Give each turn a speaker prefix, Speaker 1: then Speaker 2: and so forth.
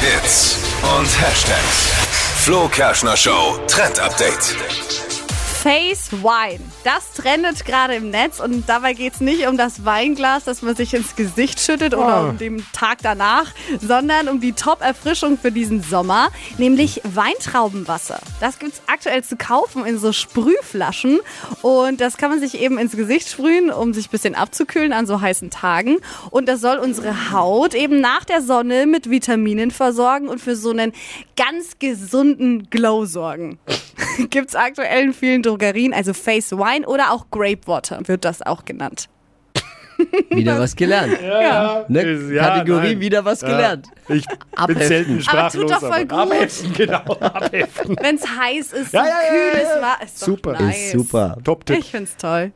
Speaker 1: Hits und Hashtags. Flo Kerschner Show Trend Update.
Speaker 2: Face Wine. Das trendet gerade im Netz und dabei geht es nicht um das Weinglas, das man sich ins Gesicht schüttet oder
Speaker 3: Ah.
Speaker 2: um den Tag danach, sondern um die Top-Erfrischung für diesen Sommer, nämlich Weintraubenwasser. Das gibt es aktuell zu kaufen in so Sprühflaschen und das kann man sich eben ins Gesicht sprühen, um sich ein bisschen abzukühlen an so heißen Tagen. Und das soll unsere Haut eben nach der Sonne mit Vitaminen versorgen und für so einen ganz gesunden Glow sorgen. Gibt's aktuell in vielen Drogerien, also Face Wine oder auch Grape Water wird das auch genannt.
Speaker 4: Wieder was gelernt.
Speaker 3: Ja,
Speaker 4: Ne? Kategorie wieder was gelernt.
Speaker 3: Ich bin
Speaker 4: Abheften.
Speaker 3: selten
Speaker 2: Aber tut
Speaker 3: sprachlos.
Speaker 2: doch voll gut.
Speaker 3: Abheften, genau. Abheften.
Speaker 2: Wenn's heiß ist,
Speaker 3: Ja,
Speaker 2: und
Speaker 3: ja, ja,
Speaker 2: kühl
Speaker 3: ja,
Speaker 2: ist,
Speaker 3: ja.
Speaker 2: war ist
Speaker 3: Super.
Speaker 2: Doch nice.
Speaker 4: Ist super.
Speaker 3: Top-Tipp.
Speaker 2: Ich find's toll.